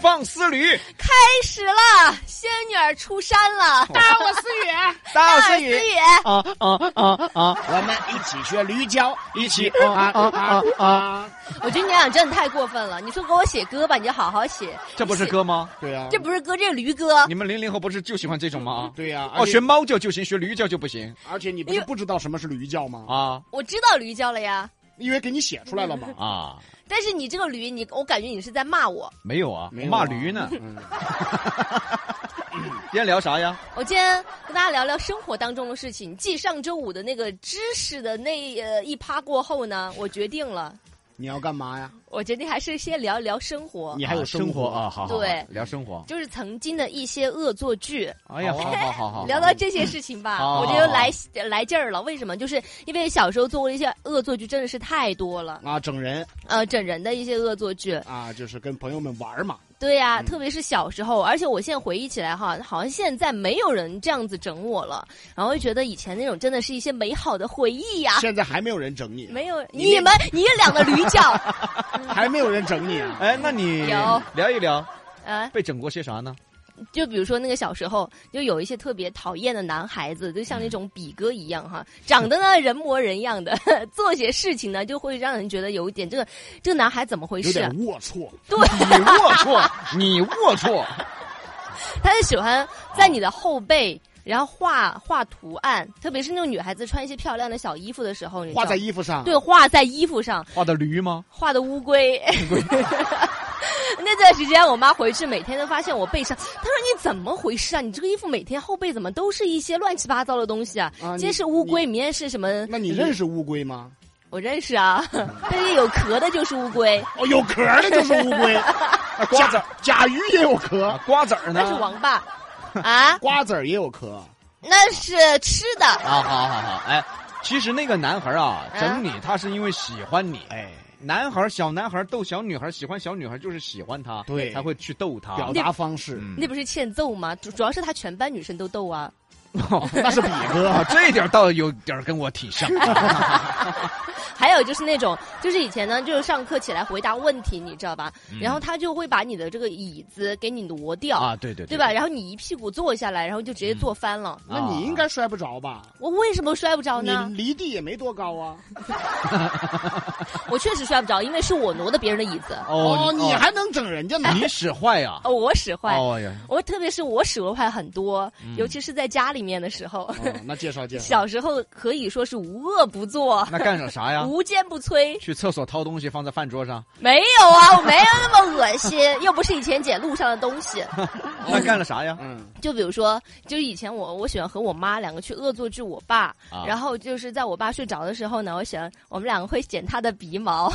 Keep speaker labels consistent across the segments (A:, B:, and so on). A: 放丝驴，
B: 开始了，仙女儿出山了，
C: 大我思雨，
A: 大
B: 大
A: 耳
B: 耳
A: 雨
B: 思雨，
A: 啊啊啊啊！
D: 我们一起学驴叫，
A: 一起 啊啊啊啊啊！
B: 我觉得你俩真的太过分了。你说给我写歌吧，你就好好写，
A: 这不是歌吗？
D: 对啊呀、
B: 这不是歌，这是驴歌。
A: 嗯 你们零零后不是就喜欢这种吗？
D: 对呀、
A: 哦，
D: 而且
A: 学猫叫就行，学驴叫就不行
D: 而且你不是不知道什么是驴叫吗？
A: 啊
B: 我知道驴叫了呀，
D: 因为给你写出来了嘛。
A: 啊！
B: 但是你这个驴，你我感觉你是在骂我。
A: 没有啊，
D: 没有啊
A: 骂驴 呢。
D: 嗯
A: 今天聊啥呀？
B: 我今天跟大家聊聊生活当中的事情。继上周五的那个知识的那呃一趴过后呢，我决定了，
D: 你要干嘛呀？
B: 我决定还是先聊一聊生活，
D: 你还有
A: 啊
D: 生
A: 生活
D: 活
A: 啊？好，好好
B: 对
A: 聊生活。
B: 就是曾经的一些恶作剧。
A: 哎呀，好好好好，
B: 聊到这些事情吧，
A: 好
B: 我这就来来劲儿了。为什么？就是因为小时候做过一些恶作剧，真的是太多了。
D: 啊，整人
B: 呃，整人的一些恶作剧，
D: 啊，就是跟朋友们玩儿嘛。
B: 对呀、
D: 嗯
B: 特别是小时候，而且我现在回忆起来哈，好像现在没有人这样子整我了，然后就觉得以前那种真的是一些美好的回忆呀、
D: 现在还没有人整你，
B: 没有
D: 你
B: 你们你俩的驴叫，
D: 还没有人整你啊！
A: 哎，那你
B: 有
A: 聊一聊
B: 呃，
A: 被整过些啥呢？
B: 就比如说那个小时候，就有一些特别讨厌的男孩子，就像
D: 嗯
B: 那种比哥一样哈，长得 呢人模人样的， 做些事情呢就会让人觉得有一点这个这个男孩怎么回
D: 有
B: 事
D: 点
B: 啊？
D: 龌龊，
B: 对，
A: 你龌龊， 你龌龊。
B: 他就喜欢在你的后背。然后画画图案，特别是那种女孩子穿一些漂亮的小衣服的时候，你知道
D: 画在衣服上。
B: 对，画在衣服上，
A: 画的驴 吗？
B: 画的乌龟。 那段时间，我妈回去每天都发现我背上，她说你怎么回事啊？你这个衣服每天后背怎么都是一些乱七八糟的东西啊？
D: 啊你
B: 今天是乌龟，明天是什么？
D: 那你认？识乌龟吗？
B: 我认识 啊，但是有壳的就是乌龟，
D: 哦，有壳儿的就是乌 龟，
A: 瓜子
D: 甲甲鱼也有壳
A: 啊，，瓜子儿呢
B: 那？是王八啊，
D: 瓜子儿也有壳。
B: 那是吃的。
A: 啊，好好好，哎，其实那个男孩啊，
B: 啊
A: 整你他是因为喜欢你。
D: 哎，
A: 男孩儿小男孩儿逗小女孩儿，喜欢小女孩儿就是喜欢她，
D: 对
A: 才会去逗她。
D: 表达方式，
A: 啊嗯
B: 那不是欠揍吗？主主要是他全班女生都逗啊。
D: 那是比哥。
A: 啊，这一点儿倒有点儿跟我挺像。
B: 还有就是那种，就是以前呢，就是上课起来回答问题，你知道吧？
D: 嗯
B: 然后他就会把你的这个椅子给你挪掉，
A: 嗯啊，对对
B: 对吧？？然后你一屁股坐下来，然后就
A: 嗯
B: 直接坐翻了。
D: 那你应该摔不着吧？
B: 我为什么摔不着
D: 你
B: 呢？
D: 离地也没多高啊。
B: 我确实摔不着，因为是我挪的别人的椅子。
A: 哦，
D: 你还能整人家呢？
A: 你使坏呀？
B: 哦，我使坏，
A: 哦嗯呀，
B: 我特别是我使了坏很多，尤其是在家里面的时候。
D: 哦那介绍介绍。
B: 小时候可以说是无恶不作，
A: 那干点啥 呀？
B: 无坚不摧。
A: 去厕所掏东西放在饭桌上，
B: 没有啊，我没有那么恶心，又不是以前捡路上的东西。哦
A: 那干了啥呀？
D: 嗯，
B: 就比如说，就是以前我我喜欢和我妈两个去恶作剧我爸，
A: 啊
B: 然后就是在我爸睡着的时候呢，我喜欢我们两个会剪他的鼻毛。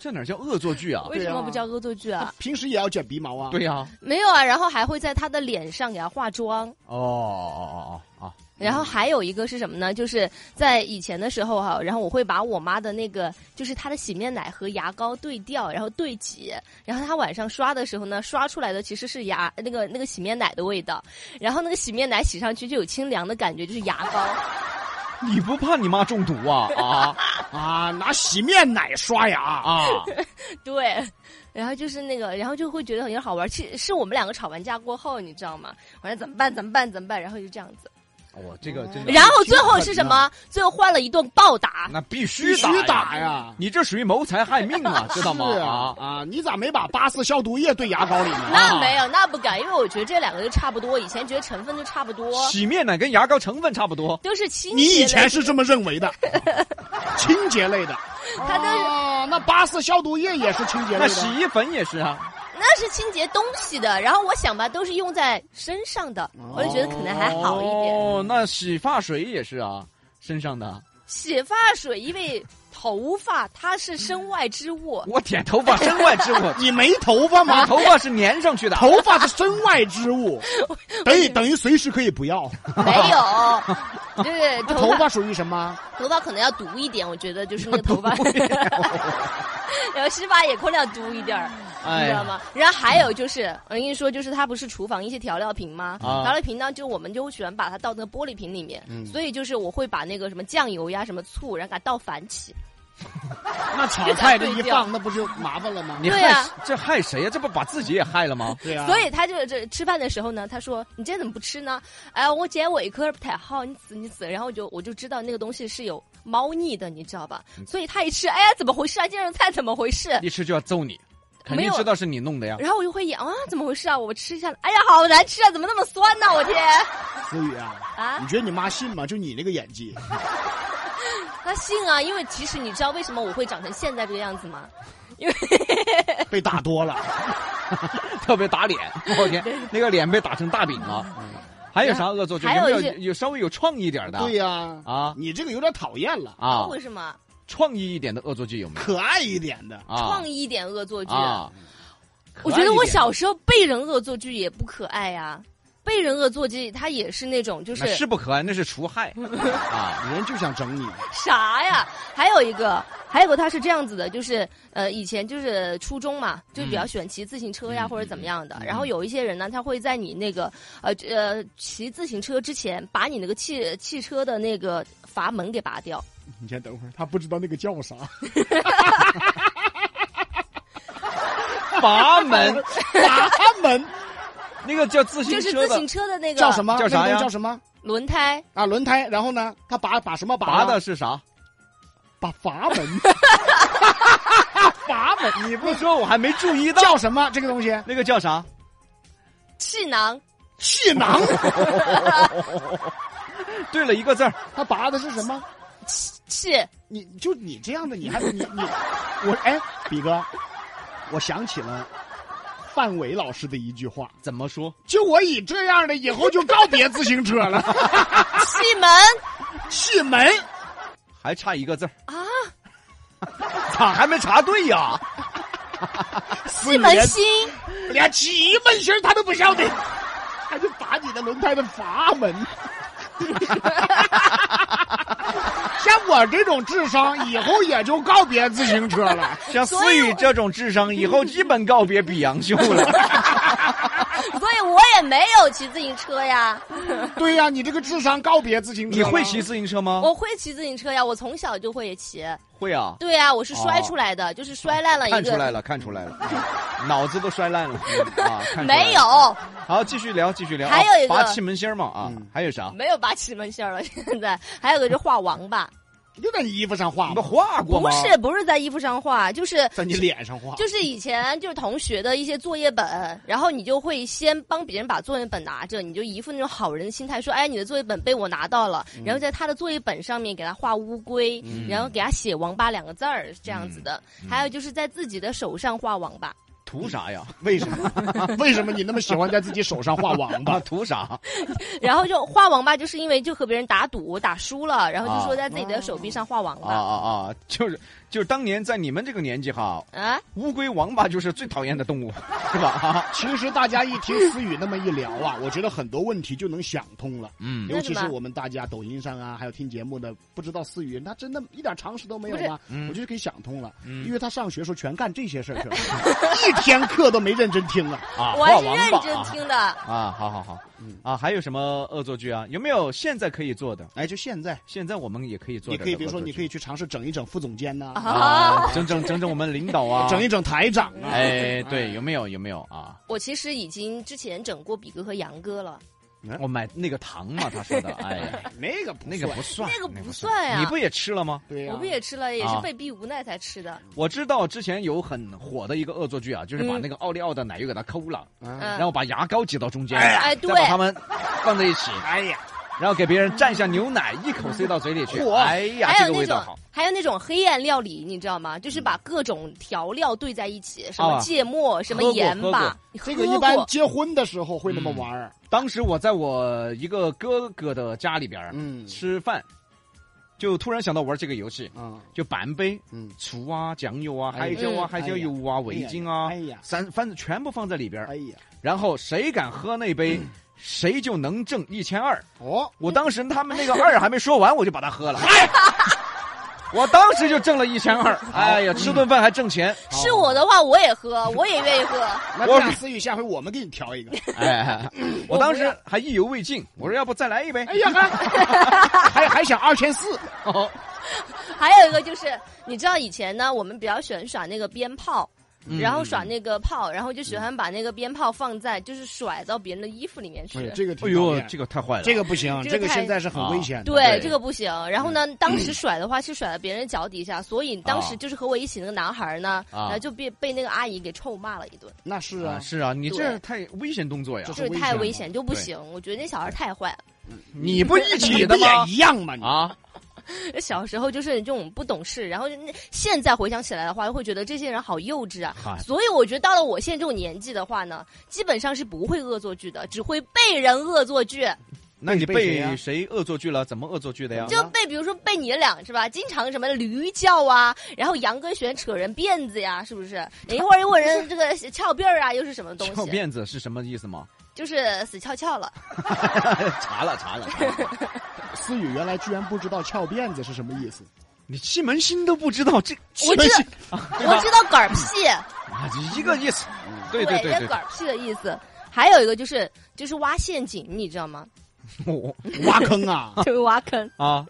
A: 这哪叫恶作剧啊？
B: 为什么不叫恶作剧啊？
D: 平时也要卷鼻毛啊。
A: 对呀，
B: 没有啊，然后还会在他的脸上给他化妆。
A: 哦哦哦哦哦，
B: 然后还有一个是什么呢？就是在以前的时候哈、然后我会把我妈的那个，就是她的洗面奶和牙膏对调，然后对挤，然后她晚上刷的时候呢，刷出来的其实是牙那个那个洗面奶的味道，然后那个洗面奶洗上去就有清凉的感觉，就是牙膏。
A: 哦你不怕你妈中毒啊啊
D: 啊，拿洗面奶刷牙啊。
A: 啊！
B: 对，然后就是那个，然后就会觉得很好玩。其实是我们两个吵完架过后，你知道吗？我说怎么办？怎么办？怎么办？然后就这样子，
A: 我这个真的，
B: 然后最后是什么？最后换了一顿暴打。
A: 那必
D: 必
A: 须
D: 须打呀！
A: 你这属于谋财害命啊，知道吗？
D: 是啊啊！你咋没把八四消毒液兑牙膏里呢？啊
B: 那没有，那不敢，因为我觉得这两个就差不多，以前觉得成分就差不多，
A: 洗面奶跟牙膏成分差不多，
B: 都是清洁
D: 你
B: 类的。
D: 以前是这么认为的，清洁类的。
B: 他都是
D: 哦，那八四消毒液也是清洁类
A: 那洗
D: 的。
A: 衣粉也是啊。
B: 那是清洁东西的，然后我想吧，都是用在身上的，
D: 哦
B: 我就觉得可能还好一点。
A: 哦，那洗发水也是啊，身上的。
B: 洗发水因为头发它是身外之 物，
A: 我舔头发身外 之物，
D: 你没头发
B: 啊
A: 妈
D: 吗？
A: 头发是粘上去的。
D: 头发是身外之物，等于等于随时可以不要。
B: 没有，就是
D: 那头发属于什么？
B: 头发可能要毒一点，我觉得就是那个 头发， 然后洗发也可能要毒一点儿，你
A: 哎
B: 知道
A: 呀，
B: 吗？然后还有就是，我跟你说，就是它不是厨房一些调料瓶吗？
A: 啊嗯
B: 调料瓶呢，就我们就喜欢把它倒那个玻璃瓶里面，所以就是我会把那个什么酱油呀、什么醋，然后给它倒反起，
D: 那炒菜这 一放，那不是麻烦了吗？
A: 你
B: 对
A: 害、
B: 啊
A: 这害谁呀、这不把自己也害了 吗？
D: 对呀、啊
B: 所以他就这吃饭的时候呢，他说：“你今天怎么不吃呢？”哎呀，我姐我一颗不太好，你死你死。然后我就我就知道那个东西是有猫腻的，你知道吧？所以他一吃，哎呀，怎么回事啊？这种菜怎么回事？
A: 一吃就要揍嗯你，肯
B: 没
A: 定
B: 有
A: 知道是你 弄的呀。
B: 然后我就会演啊，怎么回事啊？我吃一下，哎呀，好难吃啊！怎么那么酸呢、我天
D: 思雨啊，
B: 啊
D: 你！觉得你妈信吗？就你那个演技，
B: 他信啊，因为其实你知道为什么我会长成现在这个样子吗？因为
D: 被打 多了。
A: 特别打脸，我天，那个脸被打成大饼了。还有啥恶作剧？
B: 嗯还有
A: 有没
B: 一些
A: 有有稍微有创意一点的？
D: 对呀、
A: 啊
D: 你这个有点讨厌了，
A: 啊，
B: 为什么
A: 创意一点的恶作剧有没有？
D: 可爱一点的，
A: 啊，
B: 创意一点恶作剧？
A: 啊，
B: 我觉得我小时候被人恶作剧也不可爱呀、被人恶作剧，他也是那种就
A: 那是不可爱，那是除 害啊。
D: 人就想整你。
B: 啥呀？还有一个，还有个他是这样子的，就是呃，以前就是初中嘛，就比较喜欢骑自行车呀、
A: 嗯
B: 或者怎么样的。然后有一些人呢，他会在你那个呃呃骑自行车之前，把你那个汽汽车的那个阀门给拔掉。
D: 你先等会儿，他不知道那个叫 啥，
A: 阀门
D: 阀门
A: 那个叫自
B: 就
A: 行
B: 是
A: 车
B: 自
A: 的
B: 行车的那个
D: 叫什么？
A: 叫啥呀
D: 那个叫什么？
B: 轮胎，
D: 啊，轮胎。然后呢，他把把什么拔
A: 拔
D: 了
A: 的是啥？
D: 把阀 门
A: 阀门？你不说我还没注意到
D: 叫什么？这个东西
A: 那个叫啥？
B: 气囊，
D: 气囊，
A: 对了一个字儿，
D: 他拔的是什么？
B: 气
D: 你就你这样的，你还你你我哎，比哥，我想起了范伟老师的一句话，
A: 怎么说？
D: 就我以这样的以后就告别自行车了，
B: 气门
D: 气门
A: 还差一个字儿，
B: 啊，
A: 咋还没查对呀？
D: 气
B: 气门芯，
D: 连起一问心儿他都不晓得，他就把你的轮胎的阀门。 像我这种智商，以后也就告别自行车了。
A: 像思雨这种智商，以后基本告别比洋秀 了。
B: 所以我也没有骑自行车呀，
D: 对呀、你这个智商告别自行车，
A: 你会骑？自行车吗？
B: 我会骑自行车呀，我从小就会骑。
A: 会啊。
B: 对啊，我是摔
A: 哦
B: 出来的，就是摔烂了一个。
A: 看出来了，看出来了，脑子都摔 烂了嗯啊！看出来了
B: 没。有，
A: 好，继续聊，继续聊。
B: 还有一个
A: 啊拔气门芯儿嘛啊
D: 嗯，
A: 还有啥？
B: 没有拔气门线了。 现在还有个就画王八，
D: 就在你衣服上画
A: 你们
D: 吧，
A: 画过
B: 不
A: 吗？
B: 是不是在衣服上画，就是
D: 在你脸上画。
B: 就是以前就是同学的一些作业本，然后你就会先帮别人把作业本拿着，你就一副那种好人的心态说，哎，你的作业本被我拿到了，
A: 嗯
B: 然后在他的作业本上面给他画乌龟，然后给他写“王八”两个字儿这样子的，
A: 嗯
B: 还有就是在自己的手上画王八，
A: 图啥呀？
D: 为什么？ 为什么你那么喜欢在自己手上画王
A: 啊，
D: 八？
A: 图啥？
B: 然后就画王八，就是因为就和别人打赌打输了，然后就
A: 啊
B: 说在自己的手臂上画王
A: 啊
B: 八
A: 啊啊！就是就是，当年在你们这个年纪哈，
B: 啊。
A: 乌龟、王八就是最讨厌的动物，是吧？啊，
D: 其实大家一听思雨那么一聊啊，我觉得很多问题就能想通了。
A: 嗯，
D: 尤其
B: 那怎
D: 是
B: 么
D: 我们大家抖音上啊，还有听节目的，不知道思雨他真的一点常识都没有吗？
A: 不是嗯
D: 我就是给想通了，
A: 嗯
D: 因为他上学时候全干这 些事儿去了，一天课都没认真听啊。
A: 啊，
B: 我
A: 画
B: 还是
A: 王
B: 认
A: 八
B: 真
A: 啊
B: 听的。
A: 啊，好好好
D: 嗯，
A: 啊，还有什么恶作剧啊？有没有现在可以做的？
D: 哎，就现在，
A: 现在我们也可以做
D: 你
A: 的恶作
D: 可
A: 剧。
D: 以比如说，你可以去尝试整一整副总监呐、
B: 啊
A: 啊，整整整整我们领导啊，
D: 整一整台长啊。
A: 哎，对，有没有有没有啊？
B: 我其实已经之前整过比哥和杨哥了，
A: 我买那个糖嘛，他说的，哎，
D: 哎，那个不
A: 那个
D: 算
A: 不算，
B: 那个不算呀
A: 你不也吃了吗？
D: 对呀、
B: 我不也吃了，也是
A: 啊
B: 被逼无奈才吃的。
A: 我知道之前有很火的一个恶作剧啊，就是把那个奥利奥的奶油给它抠了，
D: 啊？
B: 嗯
A: 然后把牙膏挤到中间，
B: 哎对
A: 再把它们放在一起，
D: 哎呀，
A: 然后给别人蘸上牛奶，一口塞到嘴里去。
D: 嚯
A: 哎呀，
B: 还
A: 这
B: 有
A: 个
B: 那
A: 味道
B: 种
A: 好。，
B: 还有那种黑暗料理，你知道吗？就是把各种调料兑在一起，什么
A: 啊
B: 芥末，什么
A: 喝过
B: 盐
A: 喝
B: 巴
A: 过，
B: 你喝
D: 这个一般结婚的时候会那么玩儿。
A: 当时我在我一个哥哥的家里边儿
D: 嗯
A: 吃饭，就突然想到玩这个游戏，
D: 啊，
A: 就板杯、
D: 嗯，
A: 醋啊、酱油啊、
D: 哎
A: 海
D: 呀
A: 椒啊、
B: 嗯
A: 海椒油啊、味精啊
D: 哎，呀，
A: 三反正全部放在里边儿，
D: 哎呀，嗯
A: 然后谁敢喝那杯，谁就能挣一千二。
D: 哦，
A: 我当时他们那个二还没说完，我就把它喝了。 哎我当时就挣了一千二，哎呀，吃顿饭还挣钱，
B: 过是我的话我也喝，我也愿意喝。
D: 那这样思雨，下回我们给你调一 个。
A: 哎，我当时还意犹未尽，我说要不再来一杯？
D: 哎呀，还还还想二千四，
A: 哦，
B: 还有一个就是，你知道以前呢，我们比较喜欢耍那个鞭炮。
A: 嗯
B: 然后耍那个炮，然后就喜欢把那个鞭炮放在，就是甩到别人的衣服里面去。
D: 哎呀这个
A: 哎
D: 挺讨
A: 呦，
D: 厌
A: 这个太坏了，
D: 这个不行，
B: 这个
D: 这个
B: 太
D: 现在是很危险的。
B: 对
A: 对，
B: 这个不行。然后呢，当时甩的话是甩到别人脚底下，所以当时就是和我一起那个男孩呢，
A: 啊
B: 然后就被被那个阿姨给臭骂了一顿，
D: 那是
A: 啊
D: 啊，
A: 是啊，你这
B: 对
A: 太危险动作呀
D: 这！是
B: 这
D: 危
B: 太
D: 险
B: 危
D: 了
B: 险就不
A: 对
B: 行。我觉得那小孩太坏了，
A: 你不一
D: 你
A: 起
D: 不
A: 的
D: 也
A: 吗？
D: 一样吗？你
A: 啊，
B: 小时候就是这种不懂事，然后就那现在回想起来的话，会觉得这些人好幼稚啊。
A: 嗨
B: 所以我觉得到了我现在这种年纪的话呢，基本上是不会恶作剧的，只会被人恶作
A: 啊
B: 剧，
A: 那你
D: 被谁
A: 被
D: 呀
A: 谁恶作剧了？怎么恶作剧的呀？啊
B: 就被比如说被你俩是吧？经常什么驴叫啊，然后杨根玄扯人辫子呀，是不是？ 一会儿又问人这个翘辫儿啊，又是什么东
A: 翘
B: 西？
A: 辫子是什么意思吗？
B: 就是死翘翘了。
A: 查了查了，查了
D: 思雨原来居然不知道翘辫子是什么意思，
A: 你气门芯都不知道这，
B: 我知道， 我知道嗝屁。
A: 啊，一个意思， 对
B: 对
A: 对
B: 这
A: 对
B: 嗝屁的意思。还有一个就是就是挖陷阱，你知道吗？
A: 对，我
D: 挖坑 啊！
A: 嗯哦
B: 就是挖坑，
A: 啊，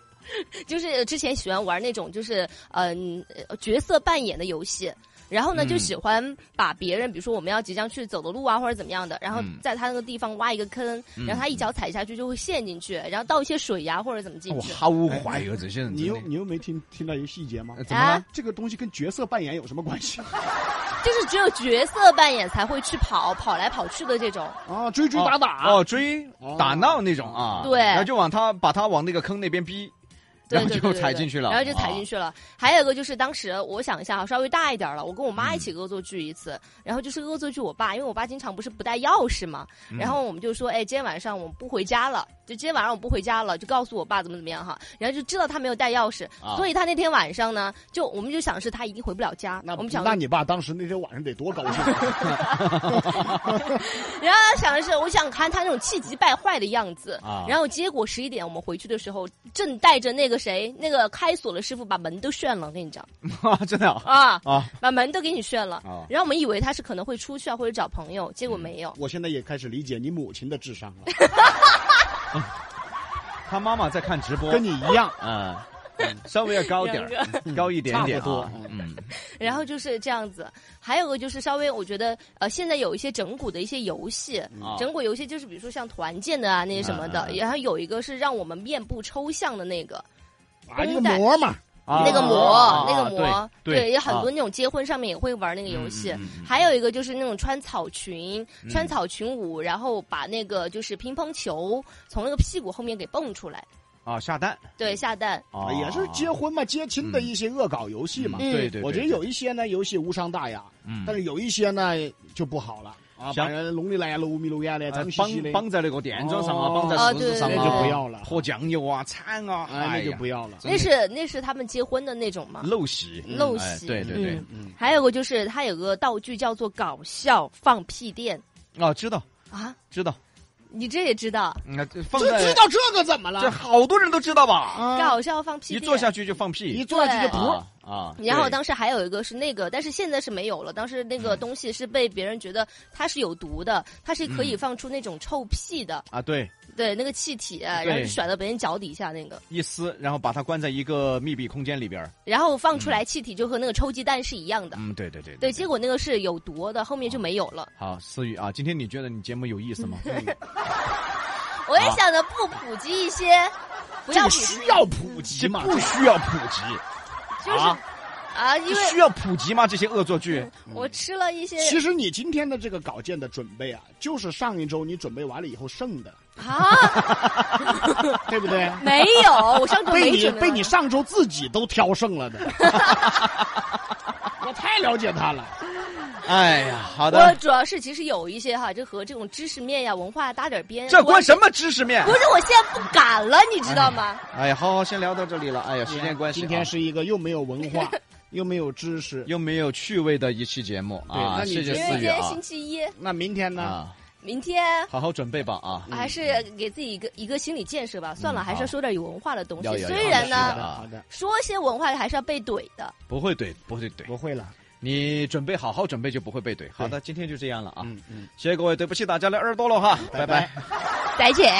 B: 就是呃之前喜欢玩那种就是嗯、呃角色扮演的游戏。然后呢，
A: 嗯
B: 就喜欢把别人，比如说我们要即将去走的路啊，或者怎么样的，然后
A: 嗯
B: 在他那个地方挖一个坑，
A: 嗯
B: 然后他一脚踩下去就会陷进去，然后倒一些水呀、或者怎么进
A: 我
B: 去。
A: 毫无怀疑这些人
D: 你
A: 真
D: 又
A: 的。
D: 你又没听听到一个细节吗
A: 呃？怎么了？
D: 这个东西跟角色扮演有什么关系
B: 就是只有角色扮演才会去跑，跑来跑去的这种。
D: 啊？追追打打，
A: 哦，追
D: 哦
A: 打闹那种啊，
B: 对
A: 然后就往他把他往那个坑那边逼，
B: 对
A: 然后
B: 对
A: 就
B: 对对
A: 踩
B: 对
A: 进去了，啊
B: 然后就踩进
A: 去，
B: 去了。还有一个就是当时我想一下啊，稍微大一点了，我跟我妈一
A: 嗯
B: 起恶作剧一次，然后就是恶作剧我爸，因为我爸经常不是不带钥匙嘛，
A: 嗯
B: 然后我们就说，哎，今天晚上我们不回家了，就今天晚上我不回家了，就告诉我爸怎么怎么样哈，然后就知道他没有带钥匙，
A: 啊
B: 所以他那天晚上呢，就我们就想是他一定回不了家，
D: 那
B: 我们想
D: 那你爸当时那天晚上得多高兴 啊！
B: 然后想的是，我想看他那种气急败坏的样子。
A: 啊
B: 然后结果十一点我们回去的时候，正带着那个谁，那个开锁的师傅把门都炫了，我跟你讲
A: 啊，真的啊
B: 啊，
A: 啊
B: 把门都给你炫了。
A: 啊，嗯
B: 然后我们以为他是可能会出去啊，或者找朋友，结果没有。
D: 我现在也开始理解你母亲的智商了，
A: 他妈妈在看直播，
D: 跟你一样，
A: 嗯，稍微要高点儿
B: 两，
A: 高一点点啊
D: 差不多
A: 嗯，
B: 然后就是这样子。还有个就是稍微，我觉得呃，现在有一些整蛊的一些游戏，
A: 啊
B: 整蛊游戏就是比如说像团建的啊那些什么的，
A: 嗯嗯嗯
B: 然后有一个是让我们面部抽象的那个，
D: 啊，那个膜嘛，
A: 啊
B: 那个膜，
A: 啊
B: 那个
A: 啊
B: 膜，
A: 对对
B: 有很多
A: 啊
B: 那种结婚上面也会玩那个游戏。
A: 嗯嗯嗯嗯
B: 还有一个就是那种穿草裙、
A: 嗯
B: 穿草裙舞，然后把那个就是乒乓球从那个屁股后面给蹦出来，
A: 啊下蛋
B: 对，下蛋。
A: 啊，
D: 也是结婚嘛、接亲的
A: 嗯
D: 一些恶搞游戏嘛。
A: 嗯对对对，
D: 我觉得有一些呢游戏无伤大雅，
A: 嗯，
D: 但是有一些呢就不好了啊，
A: 像
D: 把人弄里来了，乌米噜呀的，
A: 呃
D: 脏兮兮
A: 帮
D: 的，
A: 帮在那个电桌上啊，
D: 哦
A: 帮在石子上
D: 那
B: 对对
D: 就不
B: 对
A: 啊，
D: 要了，
A: 泼酱油啊，掺啊，
D: 哎，
A: 哎
D: 那就
A: 呀
D: 不要了。
A: 真
B: 那
A: 的
B: 是那是他们结婚的那种嘛，
A: 陋习，
D: 嗯
B: 陋
A: 哎
B: 习。
A: 对对对
B: 嗯
D: 嗯，
B: 还有个就是它有个道具叫做搞笑放屁垫
A: 啊，知道
B: 啊，
A: 知道，
B: 你这也知道？
A: 嗯，这放
D: 这知
A: 在
D: 道啊这个怎么
A: 这
D: 了？
A: 好多人都知道吧？
D: 啊，
B: 搞笑放屁
A: 一
B: 垫。
A: 坐下去就放屁
D: 一坐下去就
B: 对
D: 不
A: 啊啊，
B: 然后
A: 对
B: 当时还有一个是那个，但是现在是没有了。当时那个东西是被别人觉得它是有毒的，它是可以
A: 嗯
B: 放出那种臭屁的，
A: 啊对
B: 对那个气体，啊然后就甩到别人脚底下那个，
A: 一撕，然后把它关在一个密闭空间里边儿，
B: 然后放出来气体就和那个抽鸡蛋是一样的。
A: 嗯，对对对
B: 对，结果那个是有毒的，后面就没有了。
A: 好，思雨啊，今天你觉得你节目有意思吗？
B: 嗯
A: 嗯
B: 我也想着不普及一些，不
D: 这
B: 要普
D: 个
B: 及，
D: 需要普及
A: 这
D: 嘛？
A: 不需要普 及，
B: 就是
A: 啊
B: 啊，因为
A: 需要普及吗？这些恶作 剧
B: 我吃了一些
D: 其实你今天的这个稿件的准备啊，就是上一周你准备完了以后剩的，
B: 啊，
D: 对不对？
B: 没有，我上周
D: 被
B: 啊没
D: 你
B: 准备
D: 被
B: 了
D: 你上周自己都挑剩 了的，我太了解他了。
A: 哎呀，好
B: 我
A: 的，
B: 主要是其实有一些哈，就和这种知识面呀、文化搭点边。
A: 这关
B: 我
A: 什么知识面
B: 不？是，我现在不敢了，你知道吗？
A: 哎呀，好好，先聊到这里了。哎呀，时间关系啊，
D: 今天是一个又没有文 化又没有知识。
A: 又没有趣味的一期节目
D: 对
A: 啊，
D: 那你
A: 谢
D: 觉
A: 谢
B: 因为
D: 得
A: 思
B: 今
A: 雨
B: 天
A: 啊
B: 星期一，
D: 那明天呢？
A: 啊，
B: 明天。
A: 好好准备吧啊。
B: 还是给自己一个一个心理建设吧。算了，还是要说点有文化的东
A: 嗯要
B: 西。
A: 要要
B: 虽然
A: 啊
D: 好
B: 呢，
D: 的，好的，
B: 说些文化还是要被怼的。
A: 不会怼，不会怼，
D: 我会了。
A: 你准备好好准备就不会被怼。好的，今天就这样了啊，
D: 嗯嗯。
A: 谢谢各位，对不起大家的耳朵了哈，拜拜
B: 再见。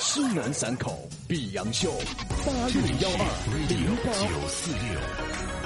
C: 西南三口
A: 《比洋秀》八六幺二零八九四六。